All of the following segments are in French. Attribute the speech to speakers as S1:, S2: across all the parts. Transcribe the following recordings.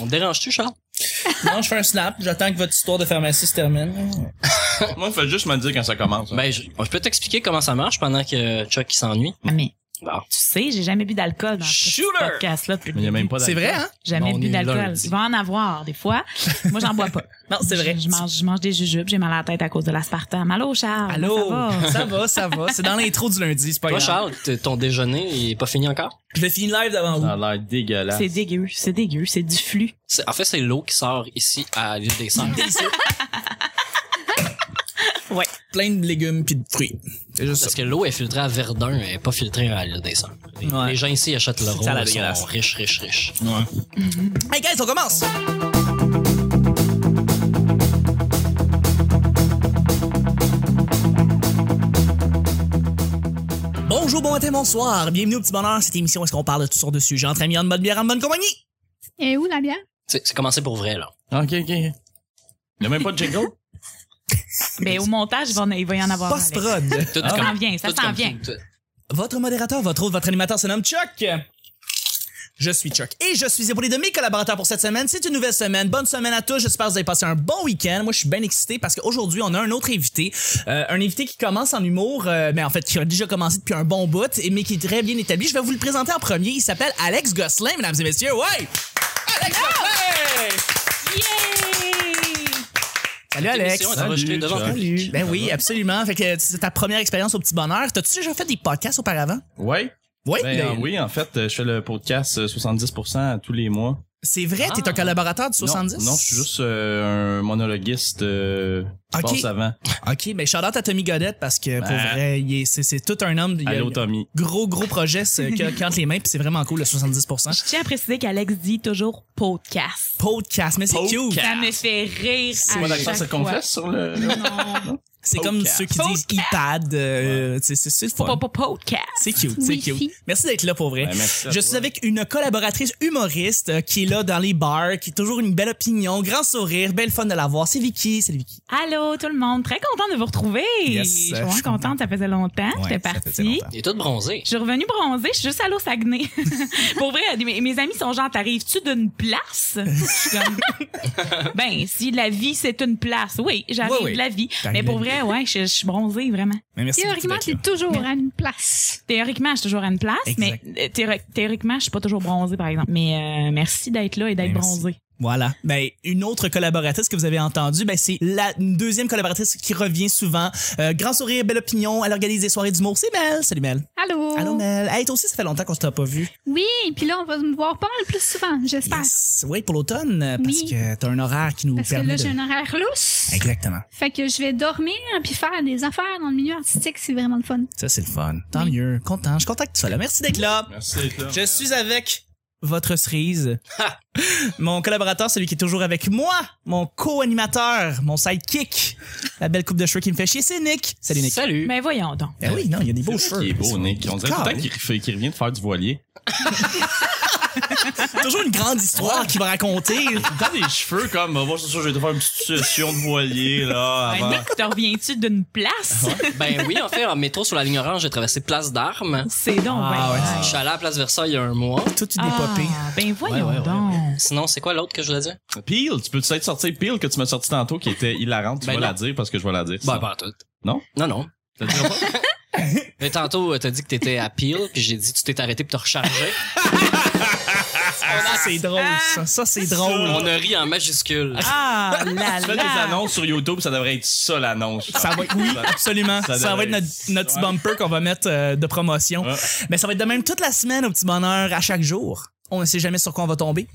S1: On te dérange-tu, Charles?
S2: Non, je fais un snap. J'attends que votre histoire de pharmacie se termine.
S3: Moi, il faut juste me le dire quand ça commence. hein.
S1: Ben, je, je peux t'expliquer comment ça marche pendant que Chuck il s'ennuie.
S4: Ah, mais
S1: Bon.
S4: tu sais, j'ai jamais bu d'alcool dans ce
S1: Shooter!
S4: podcast-là. depuis
S3: il
S4: le
S3: y a
S4: début.
S3: même pas
S2: C'est vrai, hein?
S4: Jamais
S1: Bon, on
S4: bu
S1: est
S4: d'alcool.
S1: lundi.
S4: Il va en avoir des fois. Moi, j'en bois pas.
S2: Non, c'est vrai.
S4: Je, je mange, je mange des jujubes, j'ai mal à la tête à cause de l'aspartame. Allô, Charles?
S2: Allô?
S4: Ça va?
S2: Ça va, ça va. C'est dans l'intro du lundi, c'est pas
S1: Toi,
S2: grave.
S1: Charles, t'es- ton déjeuner il est pas fini encore?
S2: Je vais finir live devant vous.
S3: Ça a l'air dégueulasse.
S4: C'est dégueu, c'est dégueu, c'est du flux.
S1: C'est- En fait, c'est l'eau qui sort ici à l'île des Sœurs.
S4: Ouais.
S2: Plein de légumes pis de fruits. C'est juste ça.
S1: Parce que l'eau est filtrée à Verdun, elle est pas filtrée à l'île des Sœurs. Les-
S2: Ouais.
S1: Les gens ici achètent leur eau,
S2: Ça a l'air
S1: ils
S2: dégueulasse.
S1: sont riches, riches, riches.
S3: Ouais.
S2: Hey guys, on commence! Bonjour, bon matin, bonsoir. Bienvenue au Petit Bonheur, cette émission où est-ce qu'on parle de toutes sortes de sujets entre amis, en bonne bière, en bonne compagnie.
S5: Et où la bière?
S1: C'est c'est commencé pour vrai, là.
S3: Ok, ok. Il y a même pas de jingle?
S4: Mais au montage, il va en- il va y en avoir. un, Alex.
S2: Post-prod.
S1: Tout
S4: Ça s'en vient, ça
S1: tout
S4: s'en
S1: comme-
S4: vient.
S1: tout-
S2: votre modérateur, votre autre, votre animateur se nomme Chuck. Je suis Chuck et je suis épaulé de mes collaborateurs pour cette semaine. C'est une nouvelle semaine. Bonne semaine à tous. J'espère que vous avez passé un bon week-end. Moi, je suis bien excité parce qu'aujourd'hui, on a un autre invité. Euh, un invité qui commence en humour, euh, mais en fait, qui a déjà commencé depuis un bon bout, et- mais qui est très bien établi. Je vais vous le présenter en premier. Il s'appelle Alex Gosselin, mesdames et messieurs. Ouais! Alex Gosselin!
S4: Yay!
S1: Cette
S2: Salut, Alex!
S1: émission est enregistrée
S3: Salut,
S1: devant
S3: Chuck.
S1: nous.
S3: Salut.
S2: Ben oui, absolument. Fait que c'est ta première expérience au petit bonheur. T'as-tu déjà fait des podcasts auparavant?
S3: Ouais.
S2: Oui,
S3: Ben,
S2: le-
S3: euh, oui, en fait, euh, je fais le podcast euh, 70% tous les mois.
S2: c'est vrai, t'es
S1: Ah.
S2: un collaborateur du 70?
S3: Non, non, je suis juste euh, un monologuiste euh, qui
S2: Ok.
S3: passe avant.
S2: OK, mais shout-out à Tommy Godette parce que pour
S3: Ah.
S2: vrai, il est- c'est c'est tout un homme. Il a
S3: Allô,
S2: un
S3: Tommy.
S2: gros, gros projet ce- qu'il a qu'il a entre les mains, puis c'est vraiment cool, le 70
S4: Je tiens à préciser qu'Alex dit toujours podcast.
S2: Podcast, mais c'est cute.
S4: Ça me fait rire.
S3: C'est moi d'accord, ça confesse sur le...
S4: Non.
S2: C'est comme
S3: Podcast.
S2: ceux qui disent iPad. euh, tu sais, c'est c'est le fun.
S4: Pas, pas podcast.
S2: C'est cute, c'est cute.
S5: Wi-Fi.
S2: Merci d'être là pour vrai.
S3: Ben, merci à
S2: je
S3: toi.
S2: suis avec une collaboratrice humoriste euh, qui est là dans les bars, qui a toujours une belle opinion, grand sourire, belle fun de la voir. C'est Vicky, c'est Vicky.
S4: Allô tout le monde, très contente de vous retrouver.
S2: Yes,
S4: je suis
S2: euh,
S4: vraiment
S2: je suis
S4: contente, ça faisait
S5: Ah,
S4: longtemps, j'étais partie.
S1: Il est tout bronzé.
S4: Je suis revenue bronzée, je suis juste allée au Saguenay. Pour vrai, mes, mes amis sont genre, t'arrives-tu d'une place? Je suis comme, ben, si la vie, c'est une place. Oui, j'arrive
S2: Oui, oui.
S4: de la vie.
S2: T'arrives
S4: Mais pour
S2: de la
S4: vrai, ouais, je, je suis bronzée, vraiment.
S2: Mais merci beaucoup
S5: Théoriquement,
S2: d'être là.
S5: c'est toujours à une place.
S4: Théoriquement, je suis toujours à une place,
S2: Exact.
S4: mais euh, théori- théoriquement, je suis pas toujours bronzée, par exemple. Mais euh, merci d'être là et d'être
S2: Merci.
S4: bronzée.
S2: Voilà. Ben, une autre collaboratrice que vous avez entendue, ben, c'est la une deuxième collaboratrice qui revient souvent. Euh, grand sourire, belle opinion. Elle organise des soirées d'humour. C'est Mel. Salut Mel.
S5: Allô?
S2: Allô Mel. Hey, toi aussi, ça fait longtemps qu'on se t'a pas vu.
S5: Oui, puis là, on va me voir pas mal plus souvent, j'espère.
S2: Yes. Oui, pour l'automne, euh, parce
S5: Oui.
S2: que t'as un horaire qui nous
S5: Parce que
S2: permet
S5: là, j'ai
S2: de...
S5: un horaire lousse.
S2: Exactement.
S5: Fait que je vais dormir puis faire des affaires dans le milieu artistique, c'est vraiment le fun.
S2: Ça, c'est le fun. Tant mieux. Content. Je suis content que tu sois là. Merci d'être là.
S3: Merci d'être là.
S2: Je suis avec votre cerise. mon collaborateur, celui qui est toujours avec moi, mon co-animateur, mon sidekick, la belle coupe de cheveux qui me fait chier, c'est Nick. Salut Nick.
S1: Salut.
S4: Mais voyons donc.
S2: Ben oui, non, il y a des
S3: C'est
S2: beaux
S3: vrai
S2: cheveux.
S3: qu'il est beau, Nick. On dirait tout le temps
S2: Carré.
S3: qu'il fait- qu'il revient de faire du voilier.
S2: toujours une grande histoire qu'il va raconter.
S3: T'as des cheveux comme, va voir, c'est sûr, je vais te faire une petite session de voilier, là,
S4: Ben,
S3: avant.
S4: Nick, te reviens-tu d'une place?
S1: Ben oui, en fait, en métro sur la ligne orange, j'ai traversé Place d'Armes.
S4: C'est donc
S2: Ah
S4: ben,
S1: Je suis allé à la Place Versailles il y a un mois.
S2: Toute une
S4: Ah,
S2: épopée.
S4: ben voyons
S1: Ouais, ouais, ouais,
S4: donc.
S1: Sinon, c'est quoi l'autre que je voulais dire?
S3: Peel, tu peux peut-être sortir Peel que tu m'as sorti tantôt qui était hilarante. Tu
S1: Ben
S3: vas
S1: non.
S3: la dire parce que je vais la dire.
S1: Ben,
S3: sinon.
S1: pas en tout.
S3: Non?
S1: Non, non.
S3: Tu la diras pas?
S1: Mais tantôt, euh, t'as dit que t'étais à Peel, puis j'ai dit tu t'es arrêté pour te recharger.
S2: Ah, ça,
S3: Ah.
S2: c'est drôle, ça. Ça, c'est drôle.
S1: On a ri en majuscule.
S4: Ah là
S3: Tu fais des
S4: là.
S3: annonces sur YouTube, ça devrait être ça l'annonce.
S2: Ça va être, oui, absolument. Ça,
S3: Ça
S2: va
S3: devrait
S2: être notre,
S3: être-
S2: notre petit
S3: ouais.
S2: bumper qu'on va mettre euh, de promotion.
S3: Ouais.
S2: Mais ça va être de même toute la semaine au petit bonheur, à chaque jour. On ne sait jamais sur quoi on va tomber.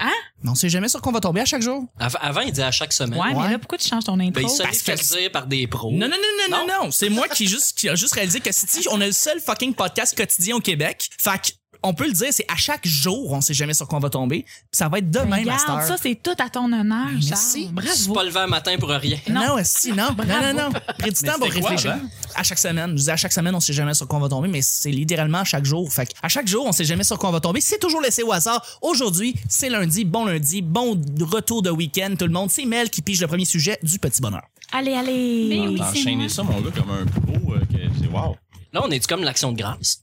S4: Hein?
S2: On ne sait jamais sur quoi on va tomber à chaque jour.
S1: Av- Avant, il disait à chaque semaine.
S4: Ouais, mais
S2: Ouais.
S4: là, pourquoi tu changes ton intro?
S1: Ben, il se
S2: Parce
S1: laisse faire
S2: que-
S1: dire par des pros.
S2: Non, non, non, non, non, non. C'est moi qui, juste, qui a juste réalisé que si on a le seul fucking podcast quotidien au Québec, fait on peut le dire, c'est à chaque jour, on ne sait jamais sur quoi on va tomber. Ça va être demain, à cette
S4: Regarde,
S2: heure.
S4: ça, c'est tout à ton honneur, Charles.
S2: Merci.
S1: Je
S4: Bravo.
S1: suis pas levé un matin pour rien.
S4: Non.
S2: Non, si, non, non, non, non. Prends du temps pour
S3: c'était quoi
S2: réfléchir.
S3: avant?
S2: À chaque semaine. Je disais à chaque semaine, on sait jamais sur quoi on va tomber, mais c'est littéralement à chaque jour. Fait que à chaque jour, on sait jamais sur quoi on va tomber. C'est toujours laissé au hasard. Aujourd'hui, c'est lundi. Bon lundi. Bon retour de week-end, tout le monde. C'est Mel qui pige le premier sujet du petit bonheur.
S4: Allez, allez.
S5: Mais oui,
S3: T'as
S5: c'est
S3: enchaîné
S5: moi.
S3: ça, mon gars, comme un pro. euh, que c'est wow.
S1: Là, on est comme l'action de grâce.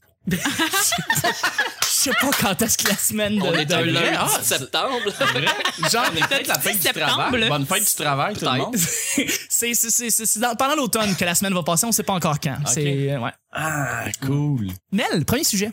S2: sais pas quand est-ce que la semaine de.
S1: On est
S2: de-
S1: un lundi
S3: Ah,
S1: de septembre.
S3: Genre, on est peut-être la fête du
S4: septembre,
S3: travail.
S4: là.
S3: Bonne fête du travail, tout le monde.
S2: C'est c'est- c'est- c'est- c'est dans- pendant l'automne que la semaine va passer, on sait pas encore quand. C'est euh, ouais.
S3: Ah, cool.
S2: Nel, premier sujet.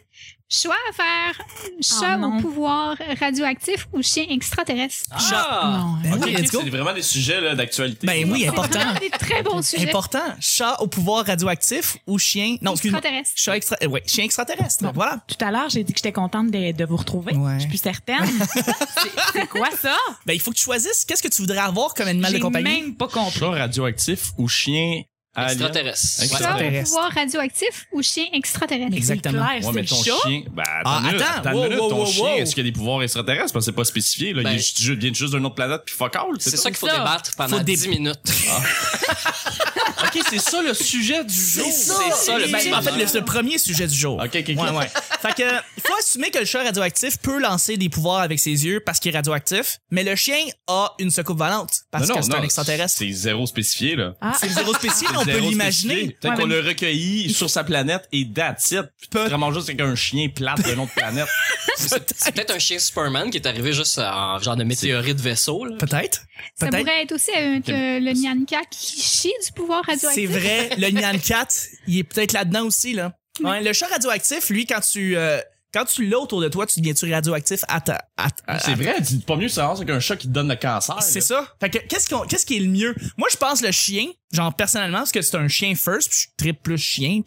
S5: Choix à faire. Chat
S4: non.
S5: au pouvoir radioactif ou chien extraterrestre.
S1: Ah!
S4: Non,
S2: Ok,
S3: Ok,
S2: let's go.
S3: C'est vraiment des sujets là, d'actualité.
S2: Ben oui,
S5: C'est
S2: important.
S5: vraiment des très bons sujets.
S2: Important. Chat au pouvoir radioactif ou chien Non, excuse-moi.
S5: Extraterrestre.
S2: Chat extra. euh, Ouais, chien extraterrestre. Donc voilà.
S4: Tout à l'heure, j'ai dit que j'étais contente de, de vous retrouver.
S2: Ouais.
S4: Je suis plus certaine. C'est- C'est quoi ça?
S2: Ben il faut que tu choisisses. Qu'est-ce que tu voudrais avoir comme animal de
S4: J'ai
S2: compagnie
S4: même pas compris.
S3: Chat radioactif ou chien alien?
S1: Extraterrestre.
S3: Extra-
S5: Chat au
S2: Extraterrestre.
S5: pouvoir radioactif ou chien extraterrestre.
S2: Exactement.
S4: C'est clair,
S3: Ouais, mais
S4: c'est
S3: ton
S4: le chat.
S3: chien. Ben, attends,
S2: Ah,
S3: une minute,
S2: attends,
S3: attends une
S2: wow,
S3: minute,
S2: wow,
S3: ton
S2: wow,
S3: chien,
S2: wow.
S3: est-ce qu'il y a des pouvoirs extraterrestres? Parce que c'est pas spécifié, là.
S1: Ben,
S3: il, est juste, il vient juste d'une autre planète, puis fuck all.
S1: C'est ça qu'il faut
S4: ça.
S1: débattre pendant
S2: Faut dé-
S1: 10 minutes.
S3: Ok, c'est ça le sujet du jour.
S1: C'est ça, le
S2: Ben,
S1: sujet
S2: En
S1: du
S2: fait, le,
S1: jour.
S2: le premier sujet du jour.
S3: Ok, ok, ok.
S2: Ouais, ouais. Fait que, il faut assumer que le chat radioactif peut lancer des pouvoirs avec ses yeux parce qu'il est radioactif, mais le chien a une secoupe valante parce
S3: Non, non,
S2: que c'est
S3: non,
S2: un extraterrestre.
S3: C'est zéro spécifié, là.
S4: Ah,
S2: C'est zéro spécial, on peut
S3: Zéro
S2: l'imaginer.
S3: spécifié. Peut-être
S4: Ouais,
S3: qu'on
S4: mais-
S3: l'a recueilli sur sa planète et that's it.
S2: Peut-
S3: Vraiment juste avec un chien plate d'une autre planète.
S1: C'est peut-être un chien Superman qui est arrivé juste en genre de météorite vaisseau. là.
S2: Peut-être.
S5: Ça
S2: Peut-être.
S5: pourrait être aussi avec, euh, le Nyanka qui chie du pouvoir
S2: C'est
S5: radioactif.
S2: vrai, le Nyan Cat, il est peut-être là-dedans aussi, là. Ouais, le chat radioactif, lui, quand tu, euh, quand tu l'as autour de toi, tu deviens-tu radioactif à ta, à ta- à-
S3: C'est vrai, dis pas mieux savoir c'est qu'un chat qui te donne le cancer.
S2: C'est
S3: là.
S2: ça. Fait que qu'est-ce qu'on- qu'est-ce qui est le mieux Moi je pense le chien, genre personnellement parce que c'est un chien first, puis je tripe plus chien.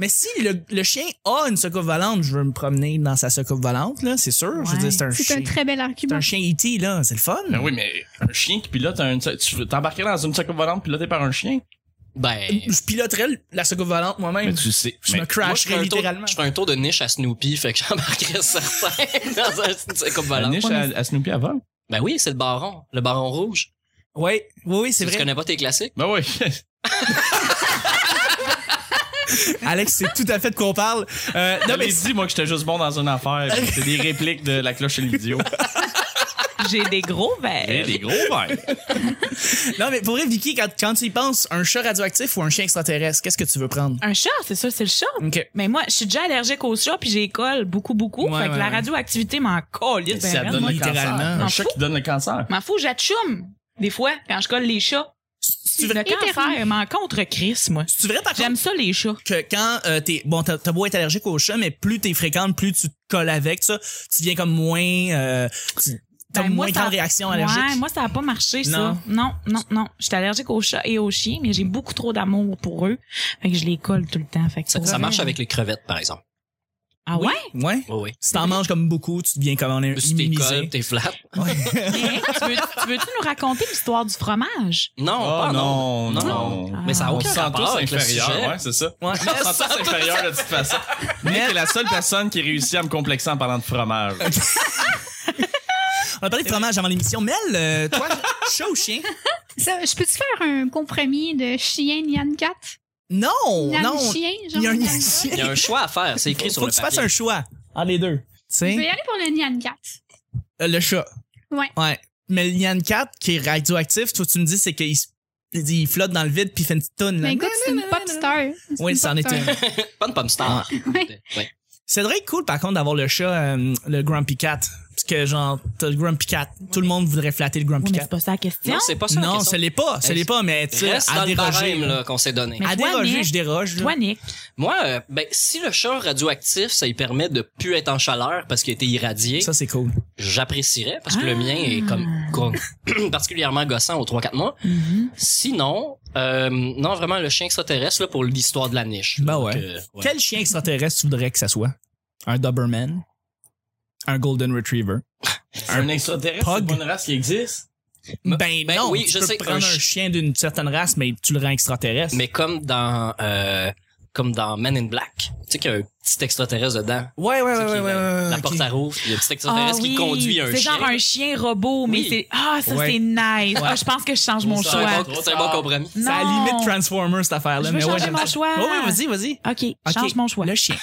S2: Mais si le, le chien a une secoupe volante, je veux me promener dans sa secoupe volante là, c'est sûr. Je veux
S4: Ouais.
S2: dire c'est un
S5: C'est
S2: chien.
S5: un très bel
S2: C'est
S5: argument.
S2: un chien E.T. là, c'est le fun.
S3: Ben oui, mais un chien qui pilote un. Tu veux t'embarquer dans une secoupe volante pilotée par un chien?
S1: Ben.
S2: Je piloterais le- la secoupe volante moi-même.
S3: Mais tu sais.
S2: Ben, Je
S3: mais-
S2: me
S1: Moi, je ferais,
S2: crasherais
S1: un tour,
S2: littéralement.
S1: je ferais un tour de niche à Snoopy, fait que j'embarquerais certains dans un comme
S3: La
S1: ballon.
S3: niche à, à Snoopy avant?
S1: Ben oui, c'est le baron, le baron rouge.
S2: Ouais, oui, oui, c'est
S1: Tu
S2: vrai.
S1: connais pas tes classiques?
S3: Ben oui.
S2: Alex, c'est tout à fait de quoi on parle. Euh, non, mais
S3: J'avais dit, moi, que j'étais juste bon dans une affaire. puis C'est des répliques de la cloche et le vidéo.
S4: j'ai des gros verres.
S3: Hey, des gros verres.
S2: non, mais pour vrai, Vicky, quand, quand tu y penses, un chat radioactif ou un chien extraterrestre, qu'est-ce que tu veux prendre
S4: Un chat, c'est ça, c'est le chat.
S2: Ok.
S4: Mais moi, je suis déjà allergique aux chats, puis j'ai école beaucoup, beaucoup.
S2: Ouais,
S4: fait que
S2: ouais,
S4: la
S2: ouais.
S4: radioactivité m'en colle. Ben,
S3: Ça
S4: raide,
S3: donne
S4: moi.
S3: le cancer.
S2: littéralement.
S3: Un chat qui donne le cancer.
S4: M'en fous, j'atchoume. Des fois, quand je colle les chats.
S2: tu veux-
S4: le cancer, m'en contre Chris, moi.
S2: Tu vrai par contre
S4: J'aime ça, les chats.
S2: que quand euh, t'es bon t'as t'as beau être allergique au chat mais plus t'es fréquente plus tu te colles avec ça tu viens comme moins euh, tu- t'as
S4: Ben, moi,
S2: moins de
S4: ça-
S2: réaction
S4: Ouais,
S2: allergique
S4: moi, ça a pas marché,
S2: Non.
S4: ça. Non, non, non. J'étais allergique aux chats et aux chiens, mais j'ai beaucoup trop d'amour pour eux. Fait que je les colle tout le temps. Fait que
S1: Ça,
S4: pour
S1: ça
S4: vrai,
S1: marche
S4: hein.
S1: avec les crevettes, par exemple.
S4: Ah ouais?
S2: ouais
S1: Oui, oui.
S2: si t'en manges comme beaucoup tu deviens comme un
S1: Plus t'es colle,
S2: immunisé
S1: t'es flat.
S4: Mais, tu veux- tu veux-tu nous raconter l'histoire du fromage?
S1: Non,
S3: Oh
S1: pas non.
S3: non,
S1: Non,
S3: non.
S1: non. Mais ça
S2: Ah.
S1: n'a
S3: On se
S1: aucun
S3: sent
S1: rapport
S3: tous
S1: avec le
S3: inférieurs,
S1: sujet.
S3: ouais, c'est ça.
S2: ouais
S3: On se sent tous inférieurs de toute façon. Mais t'es la seule personne qui réussit à me complexer en parlant de fromage.
S2: on a parlé de fromage avant l'émission Mel euh, toi chat ou chien
S5: Ça, je peux-tu faire un compromis de chien Nyan Cat?
S2: non
S5: Nyan
S2: Oh, non
S5: chien, genre.
S2: il y a un
S5: Nyan Cat?
S1: Il y a un choix à faire, c'est écrit
S2: faut
S1: sur
S2: que
S1: le
S2: tu
S1: papier.
S2: fasses un choix entre les deux tu
S5: Je vais y
S2: sais
S5: aller pour le Nyan Cat.
S2: Euh, le chat
S5: Ouais.
S2: ouais mais le Yann 4 qui est radioactif toi tu me dis c'est qu'il s- il dit, il flotte dans le vide puis il fait une petite toune là.
S5: Mais écoute, c'est une pop star. C'est
S2: oui
S5: une
S2: c'en
S5: pop
S2: est
S5: star.
S2: une
S1: Pas une pomme star.
S2: Ah.
S5: Ouais.
S1: Ouais.
S2: C'est vrai que cool par contre d'avoir le chat euh, le Grumpy Cat parce que genre t'as le Grumpy Cat tout le monde voudrait flatter le
S4: Oui,
S2: Grumpy
S4: mais
S2: Cat.
S4: c'est pas ça la question.
S1: Non, c'est pas ça. la
S2: Non,
S1: question.
S2: ce l'est pas, ce
S1: Hey,
S2: l'est pas mais tu sais,
S1: Reste
S2: à
S1: dans le
S2: déroger
S1: barème
S2: là.
S1: là, qu'on s'est donné.
S4: Mais
S2: à
S4: toi,
S2: déroger,
S4: Nick,
S2: je déroge. là.
S4: Toi, Nick.
S1: Moi, euh, ben, si le chat radioactif, ça lui permet de plus être en chaleur parce qu'il a été irradié,
S2: Ça c'est cool.
S1: j'apprécierais parce que
S4: Ah.
S1: le mien est comme, comme particulièrement gossant aux 3-4 mois. Sinon, euh, non, vraiment, le chien extraterrestre là, pour l'histoire de la niche.
S2: Ben
S1: Donc,
S2: ouais.
S1: euh, ouais.
S2: Quel chien extraterrestre tu voudrais que ça soit Un Doberman, un Golden Retriever.
S3: Un extraterrestre,
S2: Pug.
S3: c'est pas une race qui existe.
S2: Ben,
S1: ben
S2: non,
S1: oui,
S2: tu
S1: je
S2: peux
S1: sais,
S2: prendre
S1: un
S2: un
S1: ch-
S2: chien d'une certaine race mais tu le rends extraterrestre.
S1: Mais comme dans, euh, comme dans Men in Black, tu sais qu'il y a un petit extraterrestre dedans.
S2: ouais ouais
S1: Tu sais,
S2: ouais
S1: qui-
S2: ouais ouais.
S1: la
S2: ouais, ok.
S1: porte à rouvre, il y a un petit extraterrestre qui conduit un
S4: Ah c'est
S1: chien.
S4: genre un chien robot, mais
S1: Oui.
S4: c'est. Ah, ça,
S2: Ouais.
S4: c'est nice. Ah, je pense que je change mon
S3: Ça,
S1: C'est un
S4: choix.
S1: bon- c'est un bon compromis.
S4: Non.
S2: Ça à la limite Transformers cette affaire là,
S4: Je veux
S2: mais ouais,
S4: changer
S2: j'aime
S4: mon
S2: ça.
S4: choix.
S2: Ouais ouais, vas-y, vas-y.
S4: OK,
S2: Ok,
S4: change mon choix.
S2: Le chien.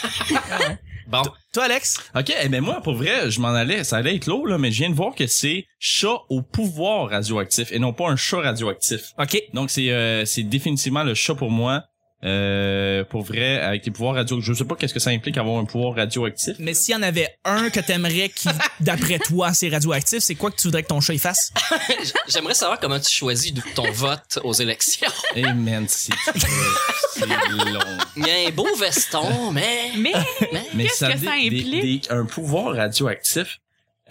S1: Bon,
S2: Toi Alex
S3: OK, eh ben moi, pour vrai, je m'en allais, ça allait être lourd, là, mais je viens de voir que c'est chat au pouvoir radioactif et non pas un chat radioactif.
S2: OK.
S3: Donc, c'est euh, c'est définitivement le chat pour moi. Euh, pour vrai, avec tes pouvoirs radio, je sais pas qu'est-ce que ça implique avoir un pouvoir radioactif.
S2: Mais s'il y en avait un que t'aimerais qui, d'après toi, c'est radioactif, c'est quoi que tu voudrais que ton chat y fasse?
S1: J'aimerais savoir comment tu choisis de- ton vote aux élections.
S3: Eh man, c'est c'est long.
S1: Il y a un beau veston, mais...
S4: Mais
S1: mais-
S3: Mais
S4: Qu'est-ce que
S3: dé-
S4: ça
S3: dé-
S4: implique?
S3: dé- un pouvoir radioactif.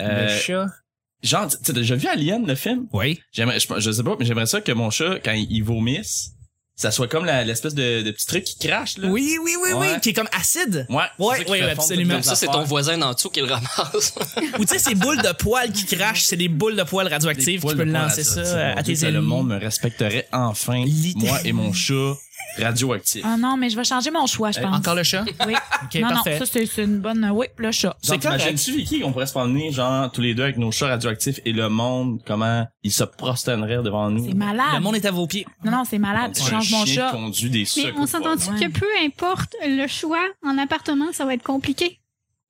S3: Euh, genre, tu as déjà vu Alien, le film?
S2: Oui.
S3: J'aimerais, je, je sais pas, mais j'aimerais ça que mon chat, quand il, il vomisse, ça soit comme la- l'espèce de, de petit truc qui crache, là.
S2: Oui, oui, oui, oui,
S3: Ouais.
S2: qui est comme acide.
S3: Ouais. c'est
S2: Ouais,
S3: ça qui
S2: ouais,
S3: fait fondre
S2: absolument.
S3: toutes les
S1: Ça, c'est ton
S3: affaires.
S1: voisin d'en dessous qui le ramasse.
S2: Ou tu sais, ces boules de poils qui crachent, c'est des boules de poils
S3: Des
S2: radioactives. Tu
S3: poils
S2: peux
S3: de poils
S2: lancer
S3: radioactifs.
S2: ça
S3: Mon
S2: à
S3: Dieu,
S2: tes
S3: que Le monde
S2: ennemis.
S3: me respecterait enfin.
S2: Littéralement.
S3: Moi et mon chat radioactif.
S4: Ah non, mais je vais changer mon choix, je
S3: Eh,
S4: pense.
S2: Euh, Encore le chat?
S4: Oui.
S2: Ok,
S4: non,
S2: parfait.
S4: non, ça, c'est c'est une bonne. Oui, le chat.
S2: C'est
S3: Genre, t'imagines-tu, Vicky, qu'on pourrait se promener, genre, tous les deux avec nos chats radioactifs et le monde, comment ils se prosternerait devant nous?
S4: C'est
S2: Le
S4: malade.
S2: monde est à vos pieds.
S4: Non, non, c'est malade. Je
S3: Un
S4: change mon
S3: chien
S4: chat.
S3: conduit des
S5: Mais
S3: sucres au
S5: on s'entend-tu
S4: Ouais.
S5: que peu importe le choix en appartement, ça va être compliqué?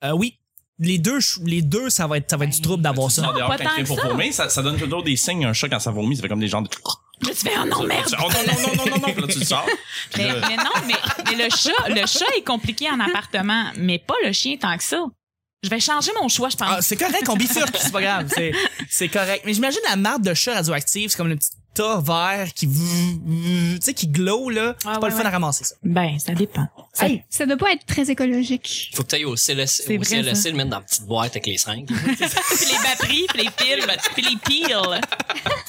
S2: Euh, oui. Les deux, ch- les deux, ça va être, ça va être du trouble d'avoir
S3: poil.
S2: ça.
S3: Dehors,
S4: pas
S3: quand
S4: tant
S3: il crie
S4: que
S3: pour
S4: ça.
S3: vomir, ça, ça donne toujours des signes à un chat quand ça vomit, ça fait comme des gens de...
S4: Je te fais un non,
S3: Tu-
S4: merde.
S3: Oh non, non, non, non, non, Puis là, tu le sors. Puis
S4: Mais,
S3: là,
S4: mais non, mais, mais le chat, le chat est compliqué en appartement, mais pas le chien tant que ça. Je vais changer mon choix, je pense.
S2: Ah, c'est correct, on bifurque, c'est pas grave. C'est, c'est correct. Mais j'imagine la marque de chat radioactif, c'est comme le petit tas vert qui, tu sais, qui glow, là. C'est
S4: Ah,
S2: pas
S4: ouais,
S2: le fun
S4: ouais.
S2: à ramasser, ça.
S4: Ben, ça dépend. Ça-
S5: Ça, ça doit pas être très écologique.
S1: Faut que t'ailles au CLS,
S4: C'est
S1: au
S4: vrai,
S1: CLSC,
S4: ça.
S1: le mettre dans la petite boîte avec les cinq.
S4: puis les batteries, puis les piles, puis les piles.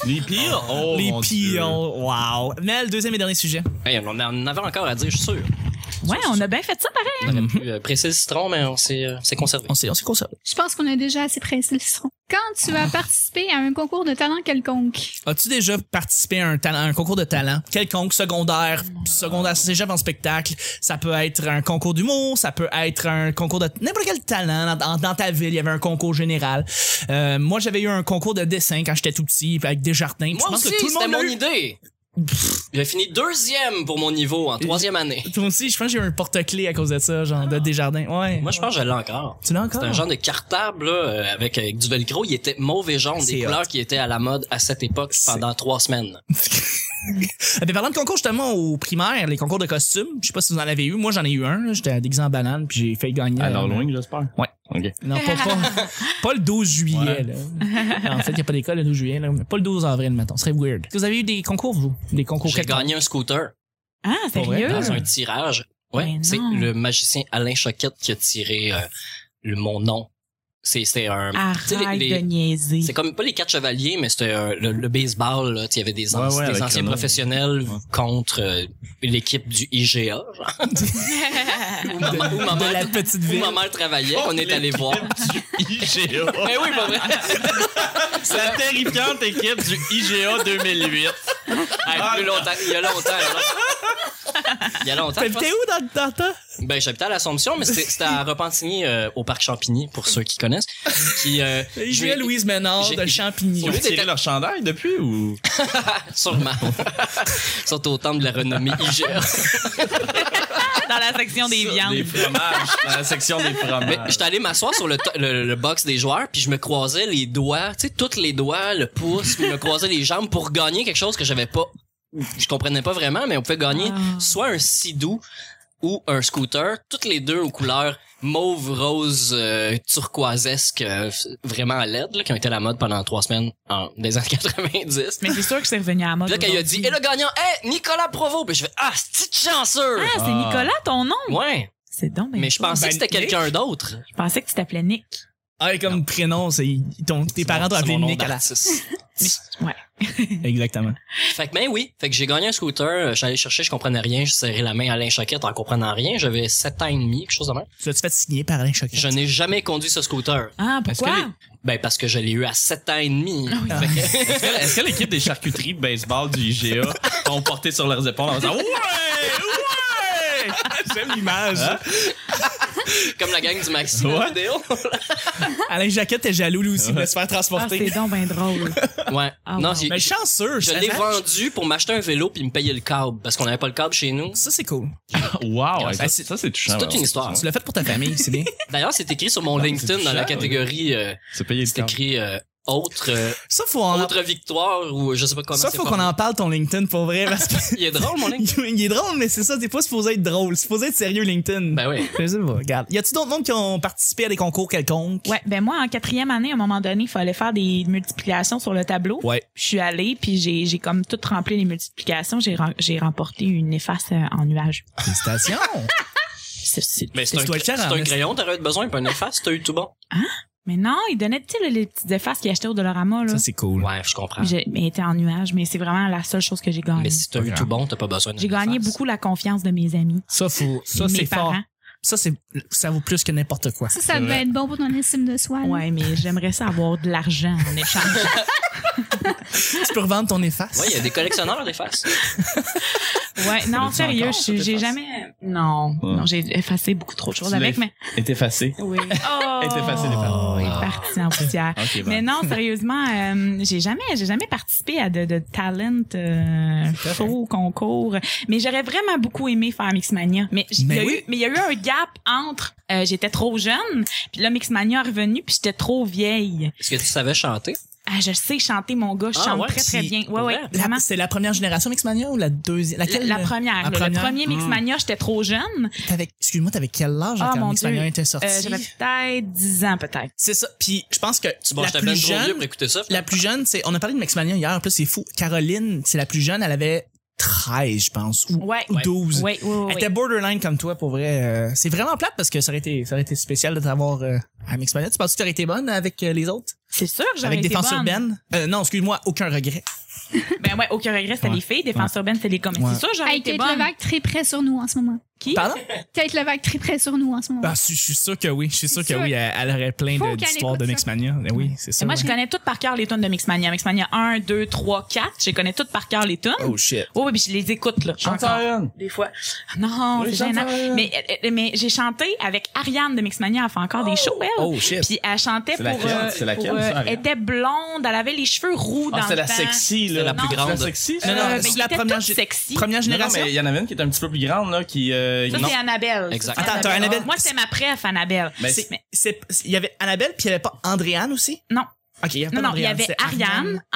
S3: les pires, oh
S2: Les
S3: mon Dieu.
S2: pions, wow. Mel, deuxième et dernier sujet.
S1: Hey, on en avait encore à dire, je suis sûr.
S4: Ouais, on a bien fait ça pareil.
S1: On aurait pu euh, presser le citron, mais on s'est euh, s'est conservé.
S4: Oh,
S2: On s'est, on s'est conservé.
S5: Je pense qu'on a déjà assez pressé le citron. Quand tu vas participer à un concours de talent quelconque,
S2: As-tu déjà participé à un, talent, un concours de talent quelconque, secondaire, secondaire cégep en spectacle? Ça peut être un concours d'humour, ça peut être un concours de n'importe quel talent. Dans, dans ta ville, il y avait un concours général. Euh, moi, j'avais eu un concours de dessin quand j'étais tout petit, avec des jardins.
S1: Moi aussi, c'était mon idée. J'ai fini deuxième pour mon niveau en troisième année.
S2: Toi aussi, je pense que j'ai eu un porte-clés à cause de ça, genre de Desjardins. Ouais.
S1: Ah. Moi, je pense que je l'ai encore.
S2: tu l'as encore?
S1: C'était
S4: Ah.
S1: un genre de cartable là, euh, avec, avec du velcro. Il était mauve et jaune,
S2: C'est
S1: des
S2: hot.
S1: couleurs qui étaient à la mode à cette époque
S2: C'est-
S1: pendant trois semaines.
S2: Eh bien, parlant de concours, justement, au primaire, les concours de costumes, je sais pas si vous en avez eu. Moi, j'en ai eu un. là. J'étais déguisé en banane, puis j'ai failli gagner.
S3: À
S2: euh,
S3: l'Halloween, j'espère.
S2: Ouais.
S3: OK.
S2: Non, pas, pas, pas le 12 juillet.
S3: Ouais.
S2: Là. En fait, il n'y a pas d'école le 12 juillet, là, mais pas le 12 avril, mettons. Ce serait weird. Est-ce que vous avez eu des concours, vous? Des concours
S1: J'ai
S2: quelconques?
S1: gagné un scooter
S4: Ah,
S2: Pas vrai,
S4: sérieux?
S1: dans un tirage. Ouais,
S4: Mais
S1: c'est
S4: Ben non.
S1: le magicien Alain Choquette qui a tiré euh, le, mon nom. C'est- C'était un... tu sais, les-
S4: Arrête
S1: les-
S4: de niaiser.
S1: C'est comme pas les quatre chevaliers, mais c'était euh, le, le baseball. Là, tu sais, il y avait des, ans-
S3: Ouais, ouais,
S1: des
S3: avec
S1: anciens
S3: le nom.
S1: professionnels contre euh, l'équipe du IGA. genre. Où ma mère- où ma
S2: De la
S1: mère-
S2: petite
S1: où
S2: ville.
S1: ma mère travaillait, on est allé voir.
S3: IGA.
S1: Mais oui, pas vrai.
S3: C'est la terrifiante équipe du IGA 2008.
S1: Hey, plus longtemps- il y a longtemps. là. Il y a longtemps. je pense.
S2: T'habitais où dans dans le temps?
S1: Ben, j'habitais à l'Assomption, mais c'était c'était à Repentigny, euh, au parc Champigny, pour ceux qui connaissent. Puis, euh,
S2: Il
S1: je
S2: jouait
S1: vais-
S2: Louise Ménard
S1: j'ai-
S2: de
S1: j'ai-
S2: Champigny.
S3: Ils ont tiré leur chandail depuis ou?
S1: Sûrement. Surtout au temple de la renommée IGA.
S4: Dans la section des
S3: Des
S4: viandes.
S3: fromages. Dans la section des
S1: Mais
S2: Ah.
S3: fromages.
S1: j'étais allé m'asseoir sur le, to- le, le box des joueurs, puis je me croisais les doigts, tu sais, tous les doigts, le pouce, puis je me croisais les jambes pour gagner quelque chose que j'avais pas. Je comprenais pas vraiment, mais on pouvait gagner
S4: Ah.
S1: soit un sidou ou un scooter, toutes les deux aux couleurs mauve, rose, euh, turquoisesque, euh, f- vraiment à l'aide, là, qui ont été à la mode pendant trois semaines en, des années 90.
S4: Mais c'est sûr que c'est revenu à la mode.
S1: Puis là, quand il a dit,
S4: aujourd'hui.
S1: et le gagnant, hé, Nicolas Provo! Puis je fais, ah, c'est chanceux!
S4: Ah, c'est
S3: Ah.
S4: Nicolas, ton nom?
S1: Ouais,
S4: C'est donc. bien
S1: mais je
S4: cool.
S1: pensais que c'était
S2: Ben, Nick.
S1: quelqu'un d'autre.
S4: Je pensais que tu t'appelais Nick.
S2: Ah, et comme prénom, c'est, ils t'ont- tes parents t'ont
S1: C'est
S2: appelé
S1: mon nom
S2: Nick à la...
S1: d'artiste.
S2: Exactement.
S1: Fait que ben oui, fait que j'ai gagné un scooter, euh, je suis allé chercher, je comprenais rien, je serrais la main à Alain Choquette en comprenant rien, j'avais 7 ans et demi, quelque chose de même.
S2: Tu l'as-tu fait signer par Alain Choquette?
S1: Je n'ai jamais conduit ce scooter.
S4: Ah,
S3: Est-ce que
S4: pourquoi?
S3: les-
S1: Ben parce que je l'ai eu à 7 ans et demi.
S4: Ah
S1: Fait que-
S3: Est-ce que- Est-ce que l'équipe des charcuteries de baseball du IGA t'ont porté sur leurs épaules en disant Ouais! Ouais!
S2: J'aime l'image.
S3: Hein?
S1: comme la gang du Maxi dans
S3: Ouais.
S1: la vidéo.
S2: Alain Jaquette est jaloux, lui aussi, de se faire
S4: Ah, c'est
S2: transporter.
S4: donc bien drôle.
S1: Ouais.
S4: Ah,
S1: non,
S4: wow.
S1: j'ai-
S2: Mais chanceux,
S1: je
S2: ça-
S1: l'ai
S2: ça-
S1: vendu pour m'acheter un vélo puis me payer le câble parce qu'on n'avait pas le câble chez nous.
S2: Ça, c'est cool.
S3: Wow!
S1: Ouais,
S3: Ah, ça,
S2: Ah ben, c'est-
S3: ça, c'est
S1: C'est
S3: touchant.
S1: toute
S3: vraiment.
S1: une histoire.
S2: Tu l'as fait pour ta famille, c'est bien.
S1: D'ailleurs, c'est écrit sur mon
S3: Ah,
S1: LinkedIn
S3: c'est
S1: dans la
S3: touchant,
S1: catégorie euh,
S3: C'est payé le
S1: c'est
S3: temps.
S1: écrit euh, autre, euh,
S2: Ça, faut en,
S1: autre victoire ou je sais pas comment
S2: ça,
S1: c'est
S2: faut
S1: pas-
S2: qu'on en parle ton LinkedIn pour vrai parce que.
S1: Il est drôle, mon link.
S2: Il est drôle, mais c'est ça, t'es pas supposé être drôle. C'est supposé être sérieux, LinkedIn.
S1: Ben oui.
S2: Je sais pas, regarde. Y a-tu d'autres monde qui ont participé à des concours quelconques?
S4: Ouais, ben moi, en quatrième année, à un moment donné, il fallait faire des multiplications sur le tableau.
S2: Ouais.
S4: Je suis allée, puis j'ai, j'ai comme tout rempli les multiplications. J'ai, rem- j'ai remporté une efface euh, en nuage.
S2: Félicitations!
S4: C'est- c'est-
S1: Mais c'est
S2: Tu
S1: un,
S2: dois le
S1: cra-
S2: faire
S1: c'est
S2: en-
S1: un crayon, t'aurais eu besoin, pas une efface, t'as eu tout bon.
S4: Mais non, ils donnaient, tu sais, là, les petites effaces qu'ils achetaient au Dollarama, là.
S2: ça, c'est cool.
S1: Ouais, je comprends.
S4: J'ai- mais était en nuage, mais c'est vraiment la seule chose que j'ai gagnée.
S1: Mais si t'as eu tout bon, t'as pas besoin d'une
S4: J'ai gagné
S1: efface.
S4: beaucoup la confiance de mes amis.
S2: Ça, faut, ça,
S4: mes
S2: c'est fort.
S4: parents.
S2: Ça, c'est, ça vaut plus que n'importe quoi.
S5: Ça, ça devait être bon pour ton estime de soi. là.
S4: Ouais, mais j'aimerais ça avoir de l'argent en échange.
S2: tu peux revendre ton efface.
S1: Ouais, il y a des collectionneurs d'effaces.
S4: Ouais, non,
S3: Fais-le-tu
S4: sérieux,
S3: encore,
S4: j'ai
S3: cette
S4: j'ai
S3: efface?
S4: jamais. euh, Non,
S3: Ouais.
S4: non, j'ai effacé beaucoup trop de choses
S3: Tu
S4: avec,
S3: l'as-
S4: mais.
S3: Est effacé.
S4: Oui. Oh!
S3: Est effacé des parents.
S4: Il est parti en poussière.
S3: Ok, ben. bon.
S4: Mais non, sérieusement, euh, j'ai jamais, j'ai jamais participé à de, de talent euh, show, concours. Mais j'aurais vraiment beaucoup aimé faire Mixmania. Mais j- il y
S2: Mais
S4: a
S2: oui.
S4: eu, mais il y a eu un gap entre euh, j'étais trop jeune, puis là Mixmania est revenu, puis j'étais trop vieille.
S1: Est-ce que tu savais chanter?
S4: Ah, je sais chanter mon gars, je
S1: Ah,
S4: chante
S1: ouais,
S4: très très
S2: si.
S4: bien. Ouais
S1: Pour
S4: ouais,
S1: vrai?
S2: La-
S4: vraiment.
S2: c'est la première génération Mixmania ou la deuxième?
S4: La,
S2: Laquelle?
S4: la
S2: là?
S4: première,
S2: la
S4: là,
S2: première?
S4: le premier Mixmania, j'étais trop jeune.
S2: T'avais- excuse-moi, t'avais quel âge
S4: Ah,
S2: quand
S4: mon
S2: Mixmania
S4: Dieu.
S2: était sorti?
S4: Euh, J'avais peut-être 10 ans peut-être.
S2: c'est ça. Puis je pense que
S1: Tu bon,
S2: la,
S1: j'étais
S2: plus
S1: ben trop vieux
S2: jeune,
S1: pour écouter ça.
S2: la plus jeune, c'est, on a parlé de Mixmania hier, en plus c'est fou. Caroline, c'est la plus jeune, elle avait 13, je pense, ou,
S4: Ouais.
S2: ou
S4: Ouais.
S2: 12.
S4: Ouais, ouais, ouais,
S2: Elle
S4: ouais.
S2: était borderline comme toi, pour vrai. Euh, c'est vraiment plate parce que ça aurait été, ça aurait été spécial de t'avoir euh, à Mixmania. Tu penses que tu aurais été bonne avec euh, les autres?
S4: C'est sûr que j'aurais
S2: Avec
S4: été
S2: Défense
S4: bonne.
S2: urbaine? Euh, non, excuse-moi, aucun regret.
S4: Ben ouais, aucun regret, c'était
S2: Ouais.
S4: les filles. Défense urbaine, c'était les comics.
S2: Ouais.
S4: C'est sûr, j'aurais
S5: Hey,
S4: été
S5: Kate
S4: bonne.
S5: Levac très près sur nous en ce moment.
S4: Qui?
S2: Pardon?
S5: Kate Levac très près sur nous en ce moment.
S2: Ah, je je suis sûr que oui. Je suis sûr que
S5: sûr.
S2: oui. Elle, elle aurait plein
S5: Faut
S2: de-
S5: qu'elle
S2: d'histoires de
S5: écoute ça.
S2: Mixmania. Ben oui, c'est
S4: Et
S2: ça.
S4: moi,
S2: ouais.
S4: je connais toutes par cœur les tonnes de Mixmania. Mixmania 1, 2, 3, 4. Je les connais toutes par cœur les tonnes.
S2: Oh shit.
S4: Oh, oui, puis je les écoute, là. encore.
S3: Ariane.
S4: Des fois. Non,
S3: Oui,
S4: c'est
S3: chante
S4: gênant.
S3: Ariane.
S4: Mais, euh, euh, mais j'ai chanté avec Ariane de Mixmania. Elle fait encore des shows, elle.
S2: Oh shit.
S4: Puis elle chantait
S3: C'est
S4: pour.
S3: laquelle?
S4: euh,
S3: C'est laquelle,
S4: pour,
S3: ça,
S4: euh,
S3: Ariane?
S4: elle était blonde, elle avait les cheveux roux
S3: Ah,
S4: dans
S3: c'est
S4: le
S3: la
S4: temps.
S3: sexy, là.
S1: C'est la plus
S3: Non,
S1: grande.
S3: C'est la sexy, ça?
S2: Non,
S4: Euh,
S2: non,
S4: mais
S2: c'est
S4: ils
S2: la
S4: étaient
S2: première
S4: toutes
S2: gé-
S4: sexy.
S2: Première
S3: Non, non,
S2: génération.
S3: mais il y en avait une qui était un petit peu plus grande, là, qui. euh,
S4: Ça,
S3: non.
S4: c'est Annabelle.
S1: Exact.
S4: Ça, c'est
S2: Attends, attends, Annabelle- Ben,
S4: Moi, c'était ma préf, Annabelle.
S3: Mais
S2: C'est- c'est- il y avait Annabelle puis il y avait pas Andréane aussi?
S4: Non.
S2: OK, il y avait
S4: Non,
S2: pas
S4: non, il y
S2: Andréane,
S4: avait
S2: c'était
S4: Ariane, Andréane,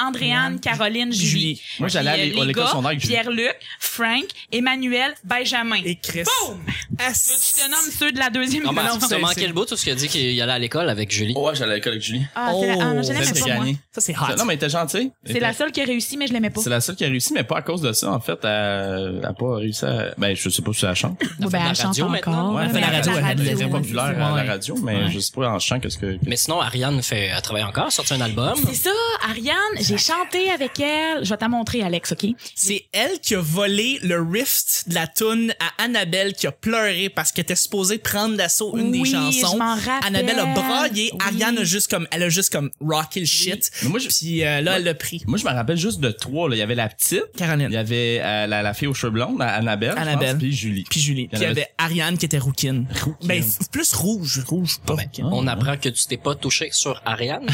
S2: Andréane,
S4: Caroline, Julie.
S3: Moi, j'allais à
S4: Puis, euh,
S3: l'é- à
S4: les
S3: l'école
S4: gars,
S3: secondaire avec Julie.
S4: Pierre-Luc, Frank, Emmanuel, Benjamin.
S2: et Chris.
S4: Boum! Veux-tu que je te nommes ceux de la deuxième
S1: Non, mais
S4: émission?
S2: non, c'est-
S1: t'as manqué
S2: c'est-
S1: le bout tout ce qu'il a dit qu'il allait à l'école avec Julie.
S3: Oh, Ouais, j'allais à l'école avec Julie.
S4: Ah, c'est la- ah, non, je
S2: Oh,
S4: l'aimais
S3: Celle qui a
S4: pas, moi.
S3: gagné.
S2: Ça, c'est
S3: Non,
S2: hot.
S3: mais elle était gentille. Elle
S4: C'est
S3: était-
S4: la seule qui a réussi, mais je l'aimais pas.
S3: C'est la seule qui a réussi, mais pas à cause de ça, en fait. Elle elle a pas réussi à. Ben, je sais pas si elle chante.
S4: Ouais,
S1: fait
S4: ben,
S1: de la
S4: elle chante
S1: radio maintenant.
S4: encore.
S2: Ouais, elle fait
S4: mais
S2: la radio, elle- elle est
S3: très
S2: ouais,
S3: populaire
S2: c'est ça,
S3: à
S2: ouais.
S3: la radio, mais
S2: Ouais.
S3: je sais pas en chant qu'est-ce que.
S1: Mais sinon, Ariane fait, elle travaille encore, sorti un album.
S4: C'est ça, Ariane, j'ai chanté avec elle. Je vais t'en montrer, Alex, OK?
S2: C'est elle qui a volé le rift de la toune à Annabelle qui a pleuré parce qu'elle était supposée prendre d'assaut une
S4: Oui,
S2: des
S4: je
S2: chansons.
S4: m'en rappelle.
S2: Annabelle a braillé,
S4: Oui.
S2: Ariane a juste comme elle a juste comme rocké le shit.
S3: Mais moi, je-
S2: Puis euh, là elle l'a pris.
S3: Moi, je me rappelle juste de trois, là. Il y avait la petite. Il y
S2: Caroline,
S3: avait euh, la, la fille aux cheveux blonds, la- Annabelle. je pense,
S2: Annabelle.
S3: Puis Julie.
S2: puis Julie, puis il y avait Ariane qui était rouquine. Ben f- plus rouge, ben, rouge pas.
S1: On apprend que tu t'es pas touché sur Ariane.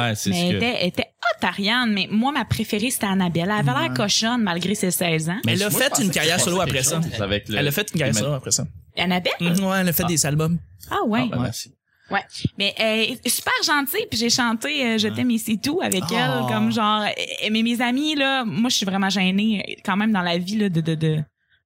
S3: Ouais, c'est
S4: Mais
S3: ce
S4: elle
S3: que.
S4: était, elle était hot, Ariane, mais moi, ma préférée, c'était Annabelle. Elle avait l'air cochonne, malgré ses 16 ans.
S3: Mais
S2: Elle a
S3: moi,
S2: fait
S3: je pensais
S2: une
S3: que
S2: carrière
S3: je pensais
S2: solo
S3: quelque
S2: après ça.
S3: chose avec le-
S2: Elle a fait une carrière
S3: les-
S2: solo après ça.
S4: Annabelle?
S2: Mhm, Ouais, elle a fait
S3: Ah.
S2: des albums.
S4: Ah
S3: Ah,
S4: ouais.
S3: ben, merci.
S4: Ouais. Mais elle est super gentille, puis j'ai chanté euh, Je t'aime et c'est tout avec
S2: Oh.
S4: elle, comme genre. euh, Mais mes amis, là, moi, je suis vraiment gênée euh, quand même dans la vie, là, de. de, de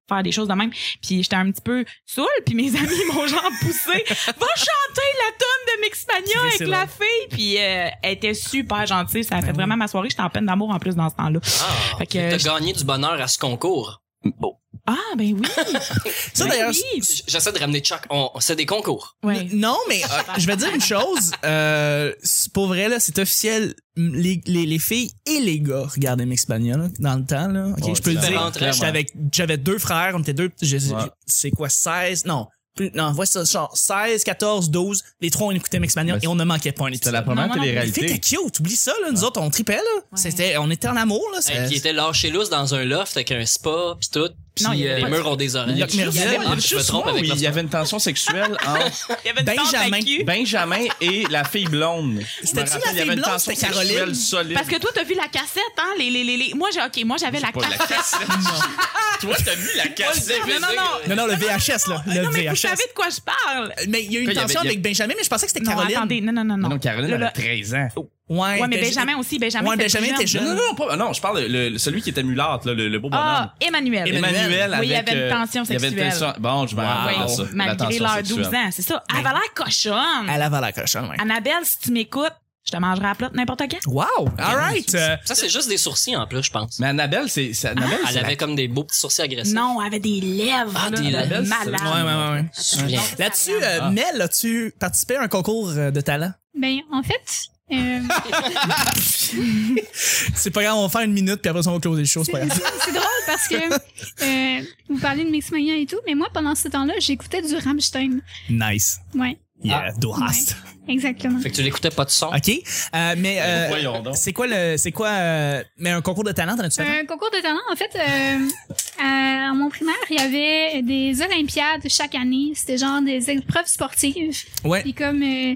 S4: faire des choses de même. Puis j'étais un petit peu saoule, puis mes amis m'ont genre poussé. Va chanter la tonne de Mixpania
S2: Chris,
S4: avec
S2: c'est Ben
S4: la fille. Puis euh, elle était super gentille. Ça a fait vraiment ma soirée. J'étais en peine d'amour en plus dans ce temps-là.
S1: Ah,
S4: Fait que,
S1: t'as
S4: je-
S1: gagné du bonheur à ce concours. Bon,
S4: Ah ben oui.
S2: Ça
S4: Ben
S2: d'ailleurs,
S4: oui.
S1: j- j'essaie de ramener Chuck. On, c'est des concours.
S4: Ouais.
S2: Non, mais euh, je vais dire une chose. Euh, c'est pour vrai, là, c'est officiel. M- Les, les, les filles et les gars regardaient Mixpania là, dans le temps. Là. Ok,
S3: Ouais,
S2: je peux le dire.
S1: clairement,
S2: J'étais
S1: clairement.
S2: avec, j'avais deux frères, on était deux. je- je-
S3: Ouais.
S2: C'est quoi, 16? Non. Plus, non, voici ça, genre 16, 14, 12. Les trois, on écoutait Mixpania
S3: Ben,
S2: et on ne manquait pas un
S3: C'était
S2: épisode.
S3: la première
S4: Non, moi non plus.
S2: Les filles étaient
S3: télé-réalité.
S2: cute, oublie ça, là. Nous autres, on tripait, là. C'était, on était en amour, là.
S1: Hey,
S2: c'est-
S1: qui était lâché lousse dans un loft avec un spa pis tout. Pis
S4: Non, il y
S1: euh,
S4: avait
S1: les
S4: pas
S1: murs ont des oreilles.
S3: Il y a-
S2: Il y avait-
S1: Ah,
S2: il y avait
S1: mais je me
S3: Juste
S1: trompe
S3: moi,
S1: avec
S3: oui,
S1: leur
S3: il y avait une tension sexuelle entre
S4: Il y avait une tente à
S2: Benjamin.
S4: cul.
S3: Benjamin et la fille blonde. Je me
S2: C'était-tu
S3: rappelle,
S2: la
S3: Il y
S2: fille
S3: avait une
S2: blonde,
S3: tension
S2: c'était Caroline?
S3: sexuelle
S2: Ben-
S3: solide.
S4: Parce que toi, t'as vu la cassette, hein? Les, les, les, les- Moi, j'ai, OK, moi, j'avais la
S3: Pas la
S4: cassette.
S3: cassette. Toi, t'as vu la cassette.
S4: Non, non,
S2: Non,
S4: non.
S2: non, le VHS, là.
S4: Ah, non,
S2: le
S4: mais vous savez
S2: VHS.
S4: de quoi je parle.
S2: Mais il y a eu une
S3: Quand il y avait-
S2: tension
S3: il y a-
S2: avec Benjamin, mais je pensais que c'était
S4: Non,
S2: Caroline.
S4: attendez, non, non, non, non.
S3: Non, Caroline
S4: Là,
S3: avait
S4: là,
S3: 13 ans.
S2: Ouais,
S4: Ouais, mais Benjamin aussi. Benjamin,
S2: Ouais,
S4: était
S2: Benjamin
S4: plus
S2: était
S4: jeune.
S2: jeune.
S3: Non, non, non, pas- non, je parle le, le- celui qui était mulâtre, là, le, le beau bonhomme.
S4: Ah, Emmanuel.
S2: Emmanuel.
S4: Oui, il y avait une
S3: euh,
S4: tension
S3: il y avait une
S4: sexuelle.
S3: tension- Bon, je m'en
S2: Ah,
S4: Oui,
S3: rappelle ça. la
S4: malgré leurs
S3: tension
S4: 12
S3: sexuelle.
S4: ans, c'est ça. Elle avait l'air cochonne.
S2: Elle avait la cochonne, ouais.
S4: Annabelle, si tu m'écoutes, je te mangerai à plat n'importe quand.
S2: Wow! All right! Euh,
S1: Ça, c'est juste des sourcils en plus, je pense.
S3: Mais Annabelle, c'est. c'est- Annabelle,
S1: Ah, Elle
S3: c'est la-
S1: avait comme des beaux petits sourcils agressifs.
S4: Non, elle avait des lèvres.
S1: Ah,
S4: là,
S1: des lèvres,
S4: de
S3: c'est
S4: malade.
S3: vrai.
S2: ouais, ouais.
S1: Je me souviens.
S2: Là-dessus, euh,
S3: Ah.
S2: Mel, as-tu participé à un concours euh, de talent?
S5: Ben, en fait, euh,
S2: C'est pas grave, on va faire une minute, puis après, ça, on va closer les choses, c'est pas
S5: c'est
S2: grave.
S5: c'est drôle parce que euh, vous parlez de Mixmania et tout, mais moi, pendant ce temps-là, j'écoutais du Rammstein.
S2: Nice.
S5: Ouais,
S2: Yeah, du hast.
S5: exactement.
S1: Fait que tu l'écoutais pas de son.
S2: Ah. OK? Euh, mais, euh,
S3: Voyons donc.
S2: c'est quoi le, c'est quoi, euh, mais un concours de talent, t'en as-tu fait?
S5: Un concours de talent, en fait, euh, à, à mon primaire, il y avait des Olympiades chaque année. C'était genre des épreuves sportives.
S2: Ouais.
S5: Puis comme euh,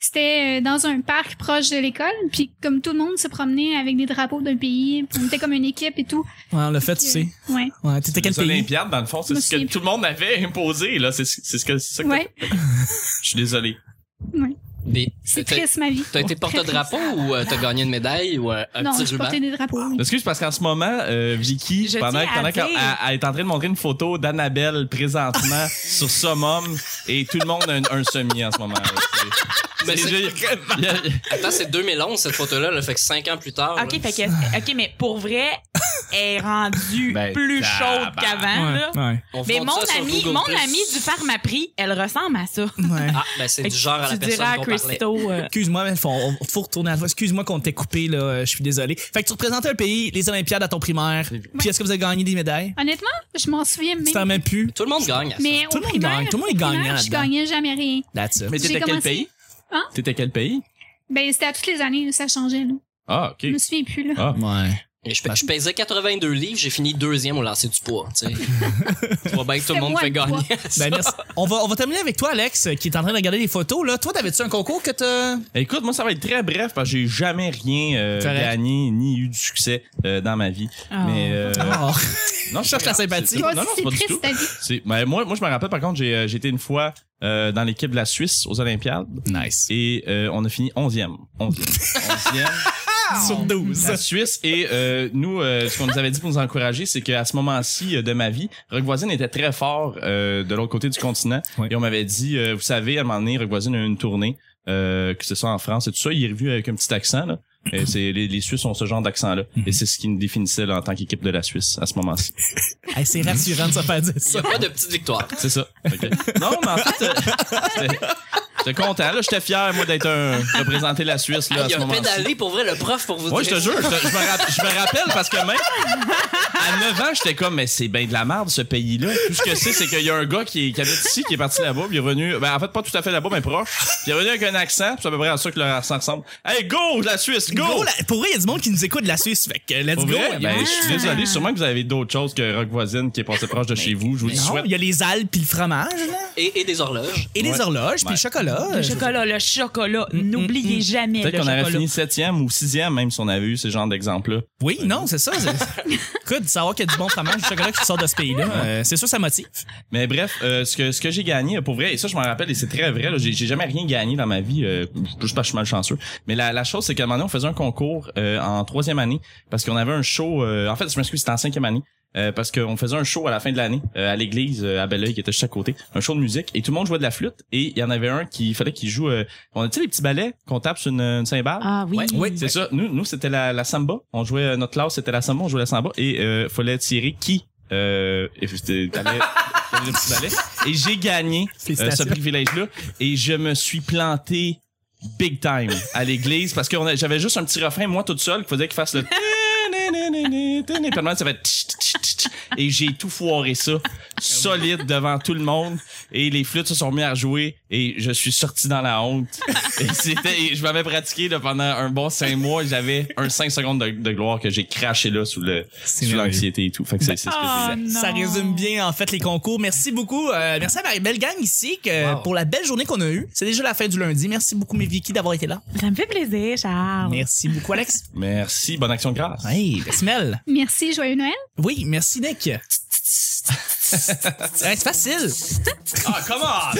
S5: c'était euh, dans un parc proche de l'école, puis comme tout le monde se promenait avec des drapeaux d'un pays, puis on était comme une équipe et tout.
S2: Ouais, on l'a fait, tu sais.
S5: Ouais.
S2: Ouais, t'étais quel
S3: Les
S2: pays?
S3: Olympiades, dans le fond, c'est
S5: Moi,
S3: ce que
S5: c'est-
S3: tout le monde avait imposé, là. C'est c'est ce que. c'est ça que-
S5: Ouais.
S3: Je suis désolé.
S1: Des-
S5: C'est
S1: t'as-
S5: triste ma vie.
S1: T'as été porte-drapeau ou euh, t'as gagné une médaille ou euh, un, un
S5: Non,
S1: petit
S5: je
S1: ruban?
S5: portais des drapeaux. oui.
S3: Excuse, parce qu'en ce moment, euh, Vicky,
S4: Je
S3: pendant,
S4: tiens à
S3: pendant qu'elle
S4: dire-
S3: elle- elle est en train de montrer une photo d'Annabelle présentement sur Summum, et tout le monde a un, un semi en ce moment. là. C'est-
S1: Mais
S3: c'est-
S1: c'est-
S3: je- il y a-
S1: Attends, c'est 2011 cette photo-là, là, fait que 5 ans plus tard. là.
S4: OK, fait que, OK, mais pour vrai, elle est rendue
S3: Ben,
S4: plus chaude
S3: tabarnak.
S4: qu'avant. Hein, là.
S2: Ouais,
S1: On
S4: Mais
S1: fonde
S4: mon
S1: ça sur
S4: ami,
S1: Google+.
S4: mon ami du pharmaprix, elle ressemble à ça.
S2: ouais. ouais.
S1: Ah, ben c'est
S4: Fait
S1: du
S4: que
S1: genre à la
S4: tu
S1: personne
S4: diras à
S1: qu'on parlait.
S4: Christo, euh,
S2: Excuse-moi, mais faut, on- faut retourner à la fois. Excuse-moi qu'on t'ait coupé, là. euh, Je suis désolé. Fait que tu représentais un pays, les Olympiades à ton primaire. Puis est-ce que vous avez gagné des médailles?
S5: Honnêtement, je m'en souviens même.
S2: Tu t'en même plus.
S1: Tout le monde gagne à ça.
S5: Mais
S2: Tout
S5: au
S2: le monde
S5: primaire,
S2: gagne, tout le monde est
S5: au primaire,
S2: gagnant
S5: Je
S2: là-dedans.
S5: gagnais jamais rien.
S2: That's it.
S3: Mais
S5: J'ai
S3: t'étais quel
S5: commencé-
S3: pays?
S5: Hein?
S3: T'étais quel pays?
S5: Ben, c'était à toutes les années, ça changeait, là.
S3: Ah, OK.
S5: Je me souviens plus, là.
S3: Ah,
S2: Ouais.
S1: Et je, pe- je pesais 82 livres, j'ai fini deuxième au lancer du poids. Tu sais. Tu vois bien que tout le monde
S5: moi
S1: fait
S5: le poids.
S1: gagner. à ça.
S2: Ben, merci. On va, on va terminer avec toi, Alex, euh, qui est en train de regarder les photos, là. Toi, t'avais-tu un concours que t'as.
S3: Écoute, moi, ça va être très bref parce que j'ai jamais rien euh,
S2: Correct.
S3: gagné ni eu du succès euh, dans ma vie.
S4: Oh.
S3: Mais euh,
S2: Oh.
S3: non, je
S2: cherche la sympathie.
S5: Toi
S3: Non, non,
S5: aussi,
S3: c'est pas
S5: c'est
S3: du
S5: triste
S3: tout.
S5: ta vie.
S3: C'est- mais moi, moi, je me rappelle par contre, j'ai euh, j'ai été une fois euh, dans l'équipe de la Suisse aux Olympiades
S2: Nice.
S3: et euh, on a fini 11e. 11e. 11e.
S2: Sur 12.
S3: La Suisse et euh, nous, euh, ce qu'on nous avait dit pour nous encourager, c'est qu'à ce moment-ci euh, de ma vie, Rock Voisine était très fort euh, de l'autre côté du continent.
S2: Oui.
S3: Et on m'avait dit, euh, vous savez, à un moment donné, Rock Voisine a eu une tournée, euh, que ce soit en France et tout ça, il est revu avec un petit accent. Là. Et c'est les, les Suisses ont ce genre d'accent-là. Et c'est ce qui nous définissait là, en tant qu'équipe de la Suisse à ce moment-ci.
S2: Hey, c'est rassurant de se faire dire
S1: Il y
S2: ça.
S1: a pas de petite victoire.
S3: C'est ça. Fait que- Non, mais en fait, euh, j'étais- j'étais content. là. J'étais fier, moi, d'être un... représenter la Suisse là, à
S1: il
S3: ce
S1: a
S3: moment-ci.
S1: pédalé pour vrai le prof pour vous
S3: Ouais, je
S1: dire.
S3: te jure, je, te- je me rapp- je me rappelle parce que même à 9 ans, j'étais comme, mais c'est bien de la merde ce pays-là. Tout ce que c'est, c'est qu'il y a un gars qui, est- qui habite ici, qui est parti là-bas, puis il est revenu, ben en fait pas tout à fait là-bas, mais proche. Puis il est revenu avec un accent, puis c'est à peu près à ça que leur accent ressemble. Hey, go, la Suisse, go!
S2: Gros, la- pour vrai, il y a du monde qui nous écoute de la Suisse. Fait que euh, let's
S3: Pour
S2: go.
S3: vrai,
S2: Il y a-
S3: ben, je suis désolé, sûrement que vous avez d'autres choses que Rock Voisine qui est passé proche de chez vous. Je vous le
S2: Non,
S3: souhaite.
S2: il y a les Alpes puis le fromage, là.
S1: Et, et des horloges.
S2: Et les
S3: Ouais.
S2: horloges puis le
S3: Ouais.
S2: chocolat.
S4: le chocolat, le chocolat. N'oubliez jamais le
S3: Peut-être qu'on
S4: chocolat.
S3: aurait fini septième ou sixième, même si on avait eu ce genre d'exemple-là.
S2: Oui, non, c'est ça. c'est- Écoute, savoir qu'il y a du bon fromage du chocolat qui sort de ce pays-là, euh, c'est sûr, ça motive.
S3: Mais bref, euh, ce que ce que j'ai gagné pour vrai et ça je m'en rappelle et c'est très vrai là, j'ai j'ai jamais rien gagné dans ma vie euh, juste parce que je suis malchanceux. Mais la, la chose c'est qu'à un moment donné on faisait un concours euh, en troisième année parce qu'on avait un show euh, en fait je m'excuse c'était en cinquième année euh, parce qu'on faisait un show à la fin de l'année euh, à l'église euh, à Belleuil qui était juste à côté un show de musique et tout le monde jouait de la flûte et il y en avait un qui fallait qu'il joue euh, on a tu sais les petits ballets qu'on tape sur une, une cymbale
S4: Ah oui.
S2: Ouais, oui.
S3: c'est ça. Nous, nous c'était la, la samba. On jouait euh, notre classe, c'était la samba. On jouait la samba et euh, fallait tirer qui. Euh, et c'était- t'allais- t'allais le petit balai. Et j'ai gagné euh, ce
S2: Félicitations.
S3: privilège-là et je me suis planté big time à l'église parce que on a- j'avais juste un petit refrain moi toute seule qu'il faisait qu'il fasse le et puis le moment, ça fait tch, tch, tch, tch. et j'ai tout foiré ça solide devant tout le monde et les flûtes se sont mis à jouer et je suis sorti dans la honte et c'était et je m'avais pratiqué là, pendant un bon cinq mois et j'avais un cinq secondes de, de gloire que j'ai craché là sous le
S2: C'est
S3: sous
S2: merveilleux.
S3: l'anxiété et tout fait que c'est c'est ce que j'ai
S4: Ah,
S3: fait.
S2: Ça
S4: non.
S2: résume bien en fait les concours. Merci beaucoup. Euh, merci à ma belle gang ici que,
S1: Wow.
S2: pour la belle journée qu'on a eue. C'est déjà la fin du lundi. Merci beaucoup, mes Vicky, d'avoir été là.
S4: Ça me fait plaisir, Charles.
S2: Merci beaucoup, Alex.
S3: merci bonne action de grâce
S2: Hey, merci Mel.
S5: Merci, joyeux Noël.
S2: Oui, merci Nick. Hey, C'est facile.
S3: Ah, come on!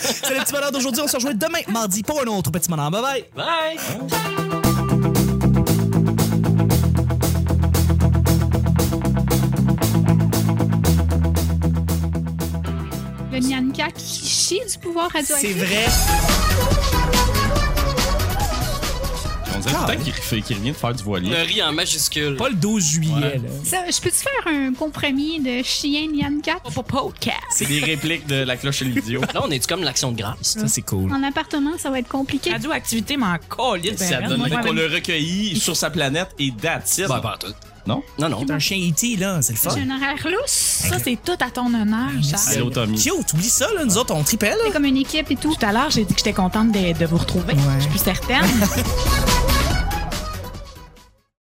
S2: C'est le petit bonheur d'aujourd'hui. On se rejoint demain, mardi, pour un autre petit bonheur. Bye bye.
S1: Bye!
S5: Le Nyanka qui chie du pouvoir
S2: C'est
S5: radioactif.
S2: vrai.
S3: On dirait tout le temps qu'il fait- qu'il revient de faire du
S1: Le
S3: voilier.
S1: riz en majuscule.
S2: Pas le 12 juillet. là.
S5: Ça, je peux-tu faire un compromis de chien Nyanka?
S4: Podcast.
S3: C'est des répliques de la cloche et le vidéo.
S1: Là, on est comme l'action de grâce.
S2: Ça, c'est cool.
S5: En appartement, ça va être compliqué.
S4: Radioactivité, mais encore, il
S3: Ça donne qu'on le recueillit sur sa planète et that's it.
S1: Bah, pas en tout.
S3: Non?
S1: Non, non.
S2: C'est un chien E.T., là. C'est le fun.
S3: Ah,
S5: J'ai un horaire lousse.
S4: Ça, c'est tout à ton honneur, Charles.
S3: Allô, Tommy.
S2: Cute, oublie ça, là. Nous autres, on tripelle.
S5: C'est comme une équipe et tout.
S4: Tout à l'heure, j'ai dit que j'étais contente de, de vous retrouver.
S2: Ouais.
S4: Je suis plus certaine.